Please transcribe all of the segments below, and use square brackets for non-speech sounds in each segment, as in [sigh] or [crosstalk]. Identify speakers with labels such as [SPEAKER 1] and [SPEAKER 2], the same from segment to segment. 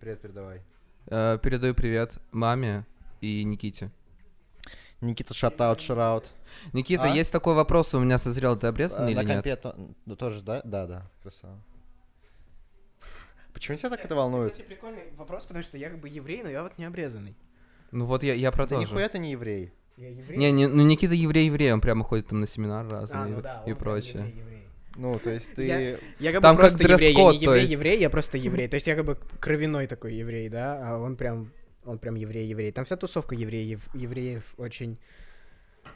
[SPEAKER 1] Привет передавай.
[SPEAKER 2] Э, Передаю привет маме и Никите.
[SPEAKER 1] Никита, шатаут, шараут.
[SPEAKER 2] Никита,
[SPEAKER 1] А?
[SPEAKER 2] есть такой вопрос, у меня созрел, ты обрезан
[SPEAKER 1] А,
[SPEAKER 2] или
[SPEAKER 1] На
[SPEAKER 2] нет?
[SPEAKER 1] компе то- ну, тоже, да? Да, да, красава. Почему тебя так это волнует?
[SPEAKER 3] Кстати, прикольный вопрос, потому что я как бы еврей, но я вот не обрезанный.
[SPEAKER 2] Ну вот я, я про
[SPEAKER 1] Да
[SPEAKER 2] то же.
[SPEAKER 1] нихуя ты не еврей.
[SPEAKER 3] Я еврей.
[SPEAKER 2] Не, не, ну Никита еврей-еврей, он прямо ходит там на семинар разные
[SPEAKER 3] а, ну
[SPEAKER 2] и-
[SPEAKER 3] да,
[SPEAKER 2] и
[SPEAKER 3] он прям
[SPEAKER 2] прочее.
[SPEAKER 3] еврей, еврей.
[SPEAKER 1] Ну, то есть ты...
[SPEAKER 3] Я- Я как
[SPEAKER 2] Там
[SPEAKER 3] бы
[SPEAKER 2] как
[SPEAKER 3] просто еврей, я не
[SPEAKER 2] дресс-код, то
[SPEAKER 3] еврей,
[SPEAKER 2] есть.
[SPEAKER 3] еврей,
[SPEAKER 2] [laughs]
[SPEAKER 3] я просто еврей. То есть я как бы кровяной такой еврей, да, а он прям, он прям еврей-еврей. Там вся тусовка евреев, евреев очень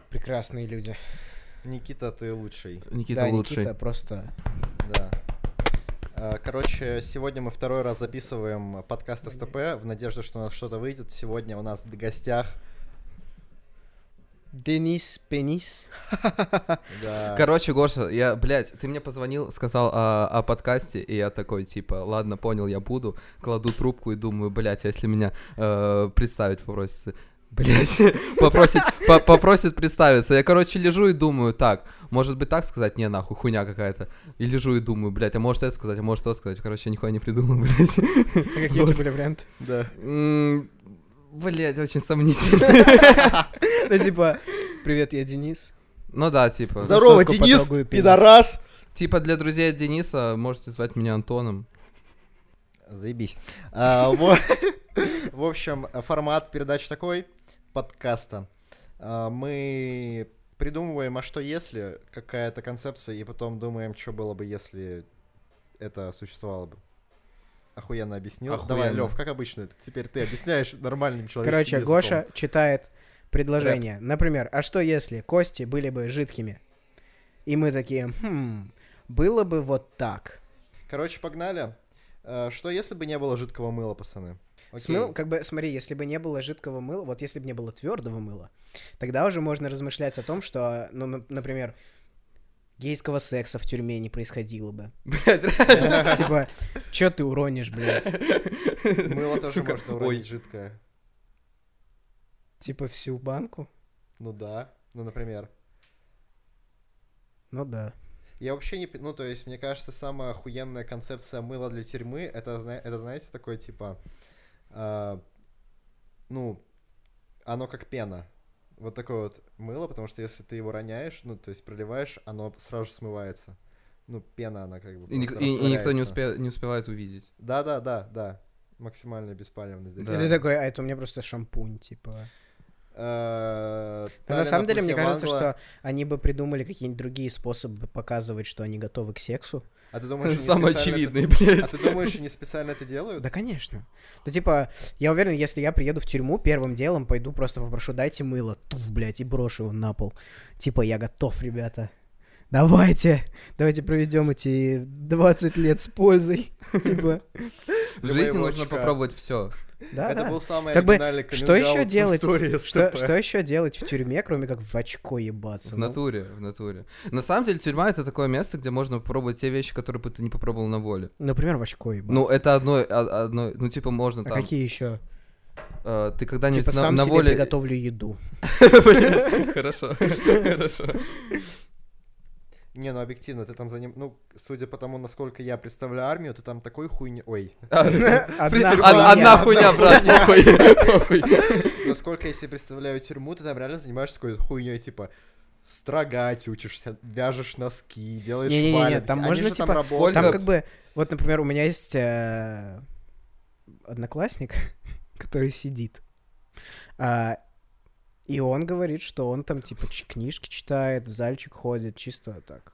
[SPEAKER 3] прекрасные люди.
[SPEAKER 1] Никита, ты лучший.
[SPEAKER 2] Никита
[SPEAKER 3] да,
[SPEAKER 2] лучший.
[SPEAKER 3] Никита просто...
[SPEAKER 1] Да. А, Короче, сегодня мы второй раз записываем подкаст СТП в надежде, что у нас что-то выйдет. Сегодня у нас в гостях...
[SPEAKER 3] Денис [laughs] Пенис.
[SPEAKER 1] Да.
[SPEAKER 2] Короче, Гоша, я, блядь, ты мне позвонил, сказал о, о подкасте, и я такой, типа, ладно, понял, я буду, кладу трубку и думаю, блядь, а если меня э, представить попросится, блядь, [laughs] попросит, по- попросит представиться. Я, короче, лежу и думаю, так, может быть, так сказать, не, нахуй, хуйня какая-то. И лежу и думаю, блядь, а может это сказать, а может то сказать. Короче, я нихуя не придумал, [laughs] блядь.
[SPEAKER 3] Какие у тебя
[SPEAKER 2] [laughs]
[SPEAKER 3] были варианты?
[SPEAKER 1] Да.
[SPEAKER 2] М, Блядь, очень сомнительно.
[SPEAKER 3] Ну типа, привет, я Денис.
[SPEAKER 2] Ну да, типа.
[SPEAKER 1] Здорово,
[SPEAKER 3] Сотку
[SPEAKER 1] Денис,
[SPEAKER 3] потрогаю, пенис.
[SPEAKER 1] пидорас!
[SPEAKER 2] Типа для друзей Дениса можете звать меня Антоном.
[SPEAKER 1] Заебись. А, во- [laughs] В общем, формат передачи такой, подкаста. А, Мы придумываем, а что если, какая-то концепция, и потом думаем, что было бы, если это существовало бы. Охуенно объяснил. Давай,
[SPEAKER 2] Охуенно.
[SPEAKER 1] Лев, как обычно, теперь ты объясняешь нормальным человеком.
[SPEAKER 3] Короче, Гоша читает предложение. Например, а что если кости были бы жидкими? И мы такие, хм, было бы вот так.
[SPEAKER 1] Короче, погнали. А, Что если бы не было жидкого мыла, пацаны? Окей.
[SPEAKER 3] С мылом, как бы, смотри, если бы не было жидкого мыла, вот если бы не было твердого мыла, тогда уже можно размышлять о том, что, ну, нап- например, гейского секса в тюрьме не происходило бы.
[SPEAKER 2] Блядь,
[SPEAKER 3] [laughs] Типа, чё ты уронишь, блядь?
[SPEAKER 1] Мыло тоже
[SPEAKER 2] Сука,
[SPEAKER 1] можно уронить жидкое.
[SPEAKER 3] Типа всю банку?
[SPEAKER 1] Ну да, ну например.
[SPEAKER 3] Ну да.
[SPEAKER 1] Я вообще не... пи- Ну, то есть, мне кажется, самая охуенная концепция мыла для тюрьмы, это, зна- это знаете, такое, типа... а, ну, оно как пена. Вот такое вот мыло, потому что если ты его роняешь, ну, то есть проливаешь, оно сразу же смывается. Ну, пена, она как бы
[SPEAKER 2] И, ник-
[SPEAKER 1] просто
[SPEAKER 2] и- и никто не,
[SPEAKER 1] растворяется.
[SPEAKER 2] успе- не успевает увидеть.
[SPEAKER 1] Да-да-да, да. Максимально беспалевно здесь.
[SPEAKER 2] Да.
[SPEAKER 3] И ты такой, а это у меня просто шампунь, типа.
[SPEAKER 1] Э,
[SPEAKER 3] Но
[SPEAKER 1] Таллина
[SPEAKER 3] на самом деле, мне кажется,
[SPEAKER 1] Пухевангла.
[SPEAKER 3] что они бы придумали какие-нибудь другие способы показывать, что они готовы к сексу.
[SPEAKER 1] А ты
[SPEAKER 2] [laughs]
[SPEAKER 1] думаешь, они
[SPEAKER 2] Самый
[SPEAKER 1] специально это-
[SPEAKER 2] очевидный,
[SPEAKER 1] А
[SPEAKER 2] блядь.
[SPEAKER 1] ты думаешь, они специально это делают?
[SPEAKER 3] Да, конечно. Ну, типа, я уверен, если я приеду в тюрьму, первым делом пойду просто попрошу, дайте мыло, туф, блядь, и брошу его на пол. Типа, я готов, ребята. Давайте, давайте проведем эти 20 лет с пользой. [laughs] Типа,
[SPEAKER 2] В жизни
[SPEAKER 1] моего
[SPEAKER 2] нужно
[SPEAKER 1] очка.
[SPEAKER 2] попробовать все.
[SPEAKER 3] да,
[SPEAKER 1] это
[SPEAKER 3] да.
[SPEAKER 1] был самый
[SPEAKER 3] Как бы,
[SPEAKER 1] оригинальный
[SPEAKER 3] Что еще
[SPEAKER 1] каминг-аут в
[SPEAKER 3] делать?
[SPEAKER 1] истории
[SPEAKER 3] Что,
[SPEAKER 1] СТП.
[SPEAKER 3] что еще делать в тюрьме, кроме как в очко ебаться?
[SPEAKER 2] В
[SPEAKER 3] Ну,
[SPEAKER 2] натуре, в натуре. На самом деле тюрьма это такое место, где можно попробовать те вещи, которые бы ты не попробовал на воле.
[SPEAKER 3] Например, в очко ебаться.
[SPEAKER 2] Ну, это одно, о- одно ну, типа, можно
[SPEAKER 3] а
[SPEAKER 2] там...
[SPEAKER 3] какие еще?
[SPEAKER 2] э, ты когда-нибудь
[SPEAKER 3] Типа
[SPEAKER 2] на,
[SPEAKER 3] сам
[SPEAKER 2] на
[SPEAKER 3] себе
[SPEAKER 2] воле...
[SPEAKER 3] приготовлю еду.
[SPEAKER 2] [laughs]
[SPEAKER 3] [laughs]
[SPEAKER 2] Блядь, Хорошо, хорошо.
[SPEAKER 1] Не, ну объективно, ты там за ним, ну, судя по тому, насколько я представляю армию, ты там такой хуйня... Ой, [laughs]
[SPEAKER 3] Одна
[SPEAKER 2] Од- Одна хуйня, брат, [laughs] похуй, похуй.
[SPEAKER 1] насколько я себе представляю тюрьму, ты там реально занимаешься такой хуйней, типа, строгать учишься, вяжешь носки, делаешь
[SPEAKER 3] Не-не-не,
[SPEAKER 1] валенки.
[SPEAKER 3] там
[SPEAKER 1] Они же
[SPEAKER 3] можно,
[SPEAKER 1] там
[SPEAKER 3] типа,
[SPEAKER 1] работают.
[SPEAKER 2] сколько-
[SPEAKER 3] Там
[SPEAKER 2] Ольга-
[SPEAKER 3] как бы, вот, например, у меня есть э, одноклассник, [laughs] который сидит, А, и он говорит, что он там, типа, ч- книжки читает, в зальчик ходит, чисто так,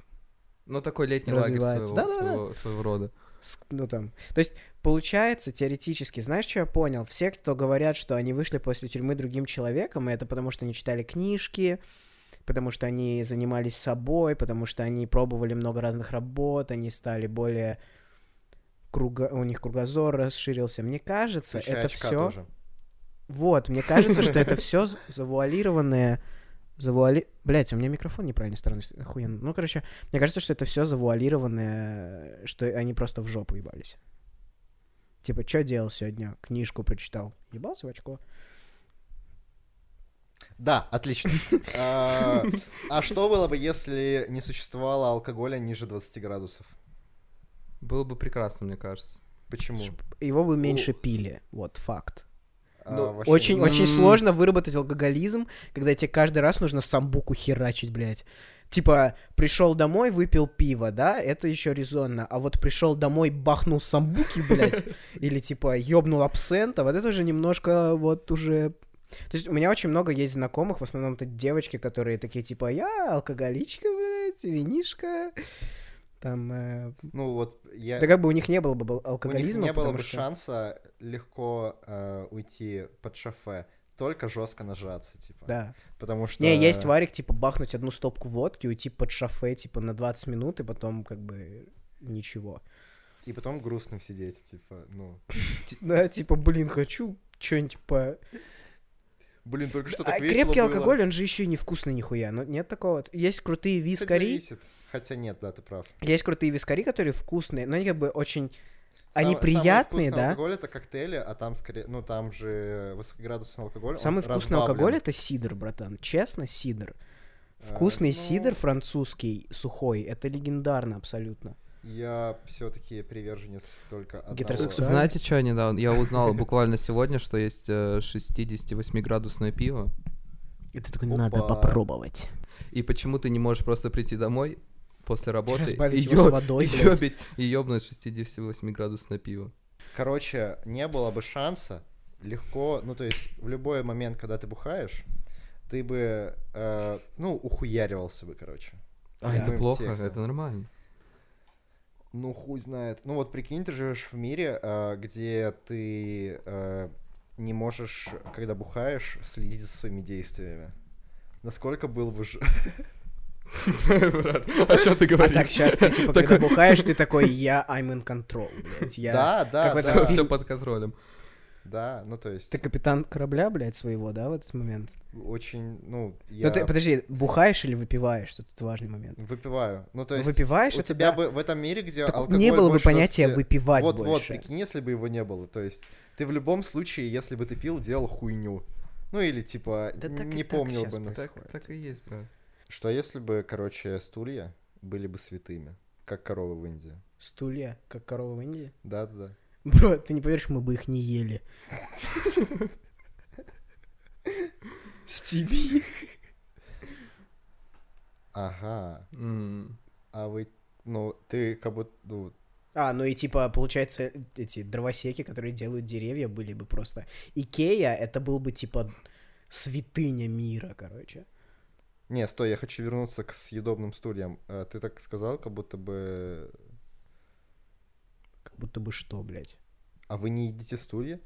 [SPEAKER 2] Ну, такой летний лагерь
[SPEAKER 3] Развивается.
[SPEAKER 2] своего-
[SPEAKER 3] Да-да-да.
[SPEAKER 2] своего своего рода.
[SPEAKER 3] С- ну, там. То есть, получается, теоретически, знаешь, что я понял? Все, кто говорят, что они вышли после тюрьмы другим человеком, и это потому, что они читали книжки, потому что они занимались собой, потому что они пробовали много разных работ, они стали более... Круга... У них кругозор расширился. Мне кажется,
[SPEAKER 1] Включая
[SPEAKER 3] это
[SPEAKER 1] очка
[SPEAKER 3] все...
[SPEAKER 1] тоже.
[SPEAKER 3] Вот, мне кажется, что это все завуалированное... Завуали... Блять, у меня микрофон неправильной стороны, с- охуенно. Ну, короче, мне кажется, что это все завуалированное, что они просто в жопу ебались. Типа, что делал сегодня? Книжку прочитал. Ебался в очко.
[SPEAKER 1] Да,
[SPEAKER 3] [laughs]
[SPEAKER 1] отлично. А а что было бы, если не существовало алкоголя ниже 20 градусов?
[SPEAKER 2] Было бы прекрасно, мне кажется.
[SPEAKER 1] Почему?
[SPEAKER 3] Ш- Его бы меньше пили, вот факт.
[SPEAKER 1] А,
[SPEAKER 2] ну,
[SPEAKER 1] вообще
[SPEAKER 3] Очень,
[SPEAKER 1] не-
[SPEAKER 3] очень
[SPEAKER 2] М.
[SPEAKER 3] сложно выработать алкоголизм, когда тебе каждый раз нужно самбуку херачить, блядь. Типа, пришел домой, выпил пиво, да, это еще резонно. А вот пришел домой, бахнул самбуки,
[SPEAKER 1] [laughs]
[SPEAKER 3] блядь, или типа ёбнул абсента, вот это уже немножко вот уже... То есть у меня очень много есть знакомых, в основном это девочки, которые такие типа, я алкоголичка, блядь, винишка. Там, э,
[SPEAKER 1] Ну вот я...
[SPEAKER 3] да как бы у них не было бы бал-
[SPEAKER 1] У них
[SPEAKER 3] алкоголизма.
[SPEAKER 1] не было
[SPEAKER 3] потому
[SPEAKER 1] бы
[SPEAKER 3] что-
[SPEAKER 1] шанса легко э, уйти под шофе, только жестко нажаться, типа.
[SPEAKER 3] Да.
[SPEAKER 1] Потому что...
[SPEAKER 3] Не, есть варик, типа, бахнуть одну стопку водки, уйти под шофе, типа, на 20 минут, и потом, как бы, ничего.
[SPEAKER 1] И потом грустным сидеть, типа, ну...
[SPEAKER 3] Да, типа, блин, хочу что-нибудь по...
[SPEAKER 1] Блин, только что
[SPEAKER 3] А
[SPEAKER 1] так весело
[SPEAKER 3] крепкий
[SPEAKER 1] было.
[SPEAKER 3] алкоголь, он же еще и невкусный нихуя. Ну, нет такого. Есть крутые
[SPEAKER 1] Кстати,
[SPEAKER 3] вискари.
[SPEAKER 1] зависит. Хотя нет, да, ты прав.
[SPEAKER 3] Есть крутые вискари, которые вкусные, но они как бы очень...
[SPEAKER 1] Сам-
[SPEAKER 3] Они
[SPEAKER 1] самый
[SPEAKER 3] приятные,
[SPEAKER 1] вкусный
[SPEAKER 3] да?
[SPEAKER 1] алкоголь это коктейли, а там скорее, ну там же высокоградусный алкоголь. он
[SPEAKER 3] Самый вкусный алкоголь
[SPEAKER 1] разбавлен.
[SPEAKER 3] это сидр, братан. Честно, сидр.
[SPEAKER 1] Э,
[SPEAKER 3] Вкусный
[SPEAKER 1] ну,
[SPEAKER 3] сидр французский, сухой, это легендарно абсолютно.
[SPEAKER 1] Я все-таки приверженец только одного.
[SPEAKER 3] Гетеросексуальный?
[SPEAKER 2] Знаете, что я недавно? Я узнал буквально сегодня, что есть э, 68-градусное пиво.
[SPEAKER 3] И ты такой,
[SPEAKER 1] надо
[SPEAKER 3] надо
[SPEAKER 1] Опа.
[SPEAKER 3] попробовать.
[SPEAKER 2] И почему ты не можешь просто прийти домой после работы
[SPEAKER 3] Разбавить
[SPEAKER 2] и,
[SPEAKER 3] его с
[SPEAKER 2] ё-
[SPEAKER 1] [laughs]
[SPEAKER 3] водой,
[SPEAKER 2] и
[SPEAKER 3] блядь.
[SPEAKER 2] ёбить- и ёбнуть 68-градусное пиво?
[SPEAKER 1] Короче, не было бы шанса легко, ну то есть в любой момент, когда ты бухаешь, ты бы, э, ну, ухуяривался бы, короче.
[SPEAKER 2] А,
[SPEAKER 1] Прямым
[SPEAKER 2] это плохо,
[SPEAKER 1] текстом.
[SPEAKER 2] это нормально.
[SPEAKER 3] [laughs]
[SPEAKER 1] Ну, хуй знает. Ну вот прикинь, ты живешь в мире, э, где ты э, не можешь, когда бухаешь, следить за своими действиями. Насколько был бы... ж-
[SPEAKER 2] Брат, о чем ты
[SPEAKER 3] А
[SPEAKER 2] говоришь?
[SPEAKER 3] так [laughs] сейчас ты, типа, когда бухаешь, ты такой, я I'm in control, блядь. Я...
[SPEAKER 1] Да, да,
[SPEAKER 3] как в этом
[SPEAKER 1] да,
[SPEAKER 2] Все под контролем.
[SPEAKER 1] да, ну то есть
[SPEAKER 3] Ты капитан корабля, блядь, своего, да, в этот момент?
[SPEAKER 1] очень, ну,
[SPEAKER 3] Ну
[SPEAKER 1] я
[SPEAKER 3] ты, подожди, бухаешь или выпиваешь? Тут это важный момент.
[SPEAKER 1] выпиваю. Ну то есть
[SPEAKER 3] выпиваешь,
[SPEAKER 1] у
[SPEAKER 3] это
[SPEAKER 1] тебя
[SPEAKER 3] да.
[SPEAKER 1] бы в этом мире, где
[SPEAKER 3] Так
[SPEAKER 1] алкоголь
[SPEAKER 3] не было бы
[SPEAKER 1] больше
[SPEAKER 3] понятия
[SPEAKER 1] 20
[SPEAKER 3] выпивать
[SPEAKER 1] Вот, вот,
[SPEAKER 3] больше.
[SPEAKER 1] прикинь, если бы его не было. То есть ты в любом случае, если бы ты пил, делал хуйню. Ну или типа
[SPEAKER 3] Да
[SPEAKER 1] н-
[SPEAKER 3] так и
[SPEAKER 1] не
[SPEAKER 3] так
[SPEAKER 1] помнил
[SPEAKER 3] щас
[SPEAKER 1] бы. на-
[SPEAKER 2] Так,
[SPEAKER 3] Происходит.
[SPEAKER 2] так и есть, брат.
[SPEAKER 1] Что если бы, короче, стулья были бы святыми, как коровы в Индии?
[SPEAKER 3] Стулья, как корова в Индии. [laughs]
[SPEAKER 1] Да-да-да.
[SPEAKER 3] Бро, ты не поверишь, мы бы их не ели. Стиби.
[SPEAKER 1] Ага.
[SPEAKER 2] М.
[SPEAKER 1] А вы, ну, ты как будто, ну,
[SPEAKER 3] А, ну и типа, получается, эти дровосеки, которые делают деревья, были бы просто... Икея, это был бы типа святыня мира, короче.
[SPEAKER 1] не, стой, я хочу вернуться к съедобным стульям. Э, Ты так сказал, как будто бы...
[SPEAKER 3] Как будто бы что, блядь.
[SPEAKER 1] А вы не едите стулья?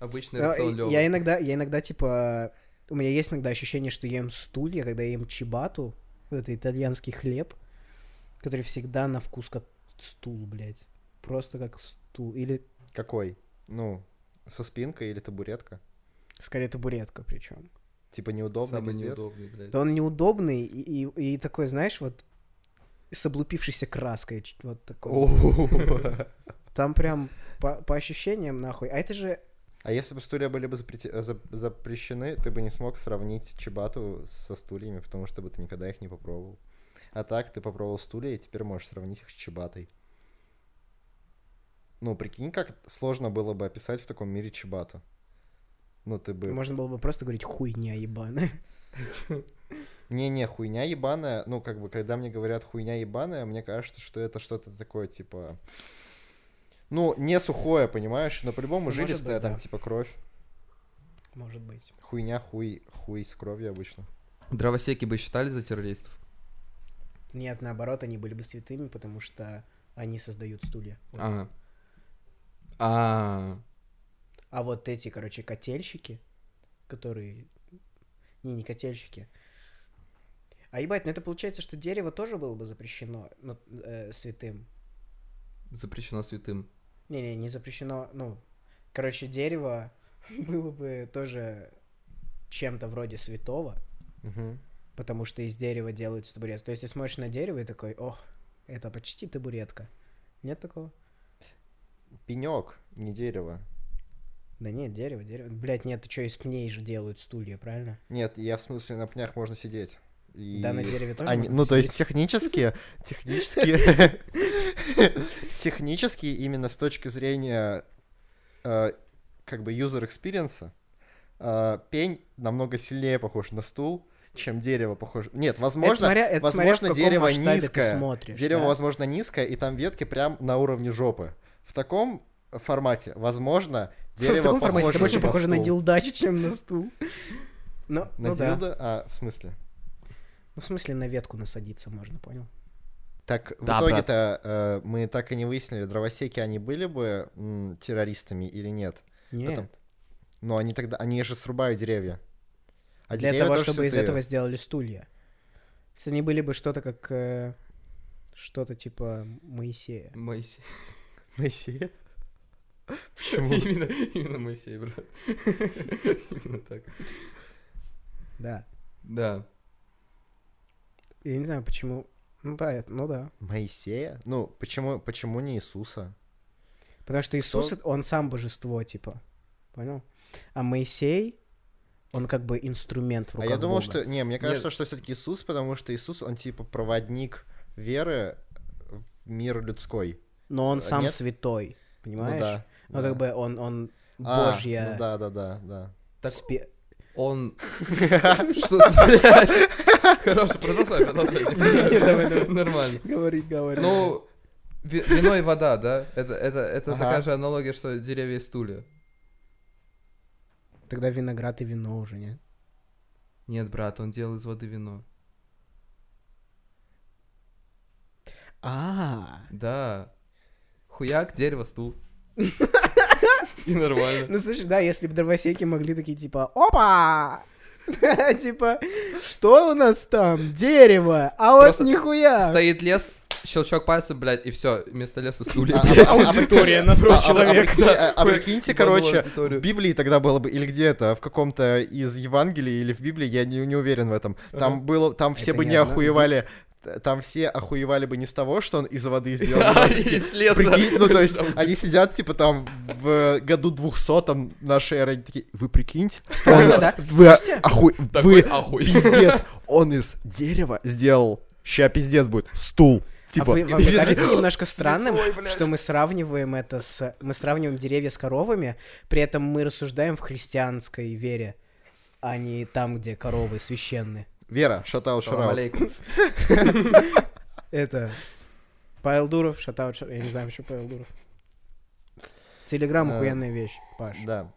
[SPEAKER 2] Обычный
[SPEAKER 3] Да,
[SPEAKER 2] рацион
[SPEAKER 3] А, и-
[SPEAKER 2] Лёвы.
[SPEAKER 3] Я иногда, я иногда, типа, у меня есть иногда ощущение, что я ем стулья, когда я ем чебату, вот это итальянский хлеб, который всегда на вкус как стул, блядь. Просто как стул. Или,
[SPEAKER 1] Какой? Ну, со спинкой или табуретка?
[SPEAKER 3] скорее, табуретка причем.
[SPEAKER 1] Типа неудобно,
[SPEAKER 2] Самый
[SPEAKER 1] пиздец?
[SPEAKER 2] неудобный, блядь.
[SPEAKER 3] Да он неудобный и, и, и такой, знаешь, вот с облупившейся краской, ч- вот такой. [laughs] Там прям по, по ощущениям нахуй. А это же...
[SPEAKER 1] А если бы стулья были бы запрети- э, зап- запрещены, ты бы не смог сравнить чебату со стульями, потому что бы ты никогда их не попробовал. А так ты попробовал стулья и теперь можешь сравнить их с чебатой. Ну, прикинь, как сложно было бы описать в таком мире чебату. Ну, ты бы...
[SPEAKER 3] Можно было бы просто говорить хуйня ебаная. [laughs]
[SPEAKER 1] Не-не, хуйня ебаная. Ну, как бы, когда мне говорят хуйня ебаная, мне кажется, что это что-то такое, типа... Ну, не сухое, понимаешь, но по-любому
[SPEAKER 3] Может быть,
[SPEAKER 1] жилистая там,
[SPEAKER 3] да.
[SPEAKER 1] типа, кровь.
[SPEAKER 3] Может быть.
[SPEAKER 1] Хуйня, хуй, хуй с кровью обычно.
[SPEAKER 2] [laughs] Дровосеки бы считали за террористов?
[SPEAKER 3] Нет, наоборот, они были бы святыми, потому что они создают стулья. Ой.
[SPEAKER 2] А. А.
[SPEAKER 3] А вот эти, короче, котельщики, которые... Не, не котельщики. А ебать, ну это получается, что дерево тоже было бы запрещено ну, э, святым.
[SPEAKER 2] Запрещено святым.
[SPEAKER 3] Не-не, не запрещено, ну... Короче, дерево [laughs] было бы тоже чем-то вроде святого,
[SPEAKER 1] Мгм.
[SPEAKER 3] потому что из дерева делается табуретка. То есть ты смотришь на дерево и такой, ох, это почти табуретка. Нет такого?
[SPEAKER 1] Пенек, не дерево.
[SPEAKER 3] Да нет, дерево, дерево. Блять, нет, ты что, из пней же делают стулья, правильно?
[SPEAKER 1] Нет, я в смысле на пнях можно сидеть. И...
[SPEAKER 3] Да, на дереве тоже.
[SPEAKER 1] Они-
[SPEAKER 3] можно
[SPEAKER 1] ну, то есть
[SPEAKER 3] посидеть?
[SPEAKER 1] технически,
[SPEAKER 3] [laughs]
[SPEAKER 1] технически, технически именно с точки зрения э, как бы user experience, э, пень намного сильнее похож на стул, чем дерево похоже. Нет,
[SPEAKER 3] Это
[SPEAKER 1] возможно,
[SPEAKER 3] смотря, это смотря в
[SPEAKER 1] возможно,
[SPEAKER 3] каком
[SPEAKER 1] дерево
[SPEAKER 3] масштабе
[SPEAKER 1] низкое.
[SPEAKER 3] Ты смотришь,
[SPEAKER 1] дерево,
[SPEAKER 3] [laughs] да.
[SPEAKER 1] возможно, низкое, и там ветки прям на уровне жопы. В таком формате, возможно, дерево
[SPEAKER 3] [laughs] в таком формате
[SPEAKER 1] похоже
[SPEAKER 3] это больше
[SPEAKER 1] на
[SPEAKER 3] похоже на
[SPEAKER 1] стул.
[SPEAKER 3] дилдачи, чем
[SPEAKER 1] [laughs]
[SPEAKER 3] на стул. Ну,
[SPEAKER 1] На
[SPEAKER 3] ну да.
[SPEAKER 1] дилдо? А, в смысле?
[SPEAKER 3] Ну, в смысле, на ветку насадиться можно, понял?
[SPEAKER 1] Так в
[SPEAKER 2] Да,
[SPEAKER 1] итоге-то э, мы так и не выяснили, дровосеки они были бы м, террористами или нет.
[SPEAKER 3] Нет.
[SPEAKER 1] Но они тогда, они же срубают деревья. А
[SPEAKER 3] Для
[SPEAKER 1] деревья
[SPEAKER 3] того,
[SPEAKER 1] тоже
[SPEAKER 3] чтобы из
[SPEAKER 1] святые.
[SPEAKER 3] этого сделали стулья. Если они были бы что-то как... э, что-то типа Моисея.
[SPEAKER 2] Моисей.
[SPEAKER 1] Моисея? Почему?
[SPEAKER 2] Именно, именно Моисей, брат. Именно так.
[SPEAKER 3] Да.
[SPEAKER 2] Да.
[SPEAKER 3] Я не знаю, почему... Ну да, это- ну да.
[SPEAKER 1] Моисея? Ну, почему, почему не Иисуса?
[SPEAKER 3] Потому что Иисус, это- он сам божество, типа. Понял? А Моисей, он как бы инструмент в
[SPEAKER 1] А
[SPEAKER 3] руках
[SPEAKER 1] я думал,
[SPEAKER 3] Бога.
[SPEAKER 1] что... Не, мне кажется, что все таки Иисус, потому что Иисус, он типа проводник веры в мир людской.
[SPEAKER 3] Но он сам
[SPEAKER 1] Нет?
[SPEAKER 3] святой,
[SPEAKER 1] Ну
[SPEAKER 3] понимаешь?
[SPEAKER 1] да,
[SPEAKER 3] Ну,
[SPEAKER 1] да.
[SPEAKER 3] как бы он, он
[SPEAKER 1] А,
[SPEAKER 3] божья...
[SPEAKER 1] ну да, да, да, да. [laughs]
[SPEAKER 2] Так
[SPEAKER 3] спе-
[SPEAKER 2] он... Что, блядь? Хорошо, продолжай, продолжай. Нормально.
[SPEAKER 3] Говорит, говорит.
[SPEAKER 2] Ну, ви- вино и вода, да? Это, это, это
[SPEAKER 1] Ага.
[SPEAKER 2] такая же аналогия, что деревья и стулья.
[SPEAKER 3] Тогда виноград и вино уже, нет?
[SPEAKER 2] Нет, брат, он делал из воды вино.
[SPEAKER 3] а
[SPEAKER 2] Да. Хуяк, дерево, стул. И нормально.
[SPEAKER 3] Ну, слушай, да, если бы дровосеки могли такие, типа, опа! [laughs] Типа, что у нас там? Дерево! А вот
[SPEAKER 2] Просто
[SPEAKER 3] нихуя!
[SPEAKER 2] Стоит лес, щелчок пальца, блядь, и все, вместо леса стулья.
[SPEAKER 1] А, а- а-
[SPEAKER 3] Аудитория на
[SPEAKER 1] А,
[SPEAKER 3] 100
[SPEAKER 1] а- а
[SPEAKER 3] человек.
[SPEAKER 1] прикинь- а- а прикиньте,
[SPEAKER 2] Ебанула
[SPEAKER 1] короче, в
[SPEAKER 2] аудиторию.
[SPEAKER 1] Библии тогда было бы, или где это, в каком-то из Евангелий или в Библии, я не, не уверен в этом. Там было, там все
[SPEAKER 3] Это
[SPEAKER 1] бы
[SPEAKER 3] не
[SPEAKER 1] не
[SPEAKER 3] одна
[SPEAKER 1] охуевали, т- там все охуевали бы не с того, что он из
[SPEAKER 3] [laughs]
[SPEAKER 1] воды сделал.
[SPEAKER 2] Да,
[SPEAKER 1] дровосеки.
[SPEAKER 2] из леса.
[SPEAKER 1] Прикинь, ну то есть
[SPEAKER 2] Там, типа,
[SPEAKER 1] они сидят типа там в году 200 нашей эры, они такие, вы прикиньте, он-
[SPEAKER 3] Да-да-да.
[SPEAKER 1] вы
[SPEAKER 3] Слушайте.
[SPEAKER 1] охуй,
[SPEAKER 2] Такой
[SPEAKER 1] вы
[SPEAKER 2] ахуй.
[SPEAKER 1] пиздец, он из дерева сделал, ща пиздец будет, стул.
[SPEAKER 3] А
[SPEAKER 1] Типа, [laughs]
[SPEAKER 3] вы- вам не кажется немножко странным,
[SPEAKER 2] Святой, блядь.
[SPEAKER 3] что мы сравниваем это с... Мы сравниваем деревья с коровами, при этом мы рассуждаем в христианской вере, а не там, где коровы священны.
[SPEAKER 1] Вера, шатау,
[SPEAKER 2] Салам
[SPEAKER 1] шарау.
[SPEAKER 2] алейкум.
[SPEAKER 3] Это... Павел Дуров, шатаут, я не знаю, почему Павел Дуров. А. Телеграм
[SPEAKER 1] Э,
[SPEAKER 3] охуенная вещь, Паш.
[SPEAKER 1] Да.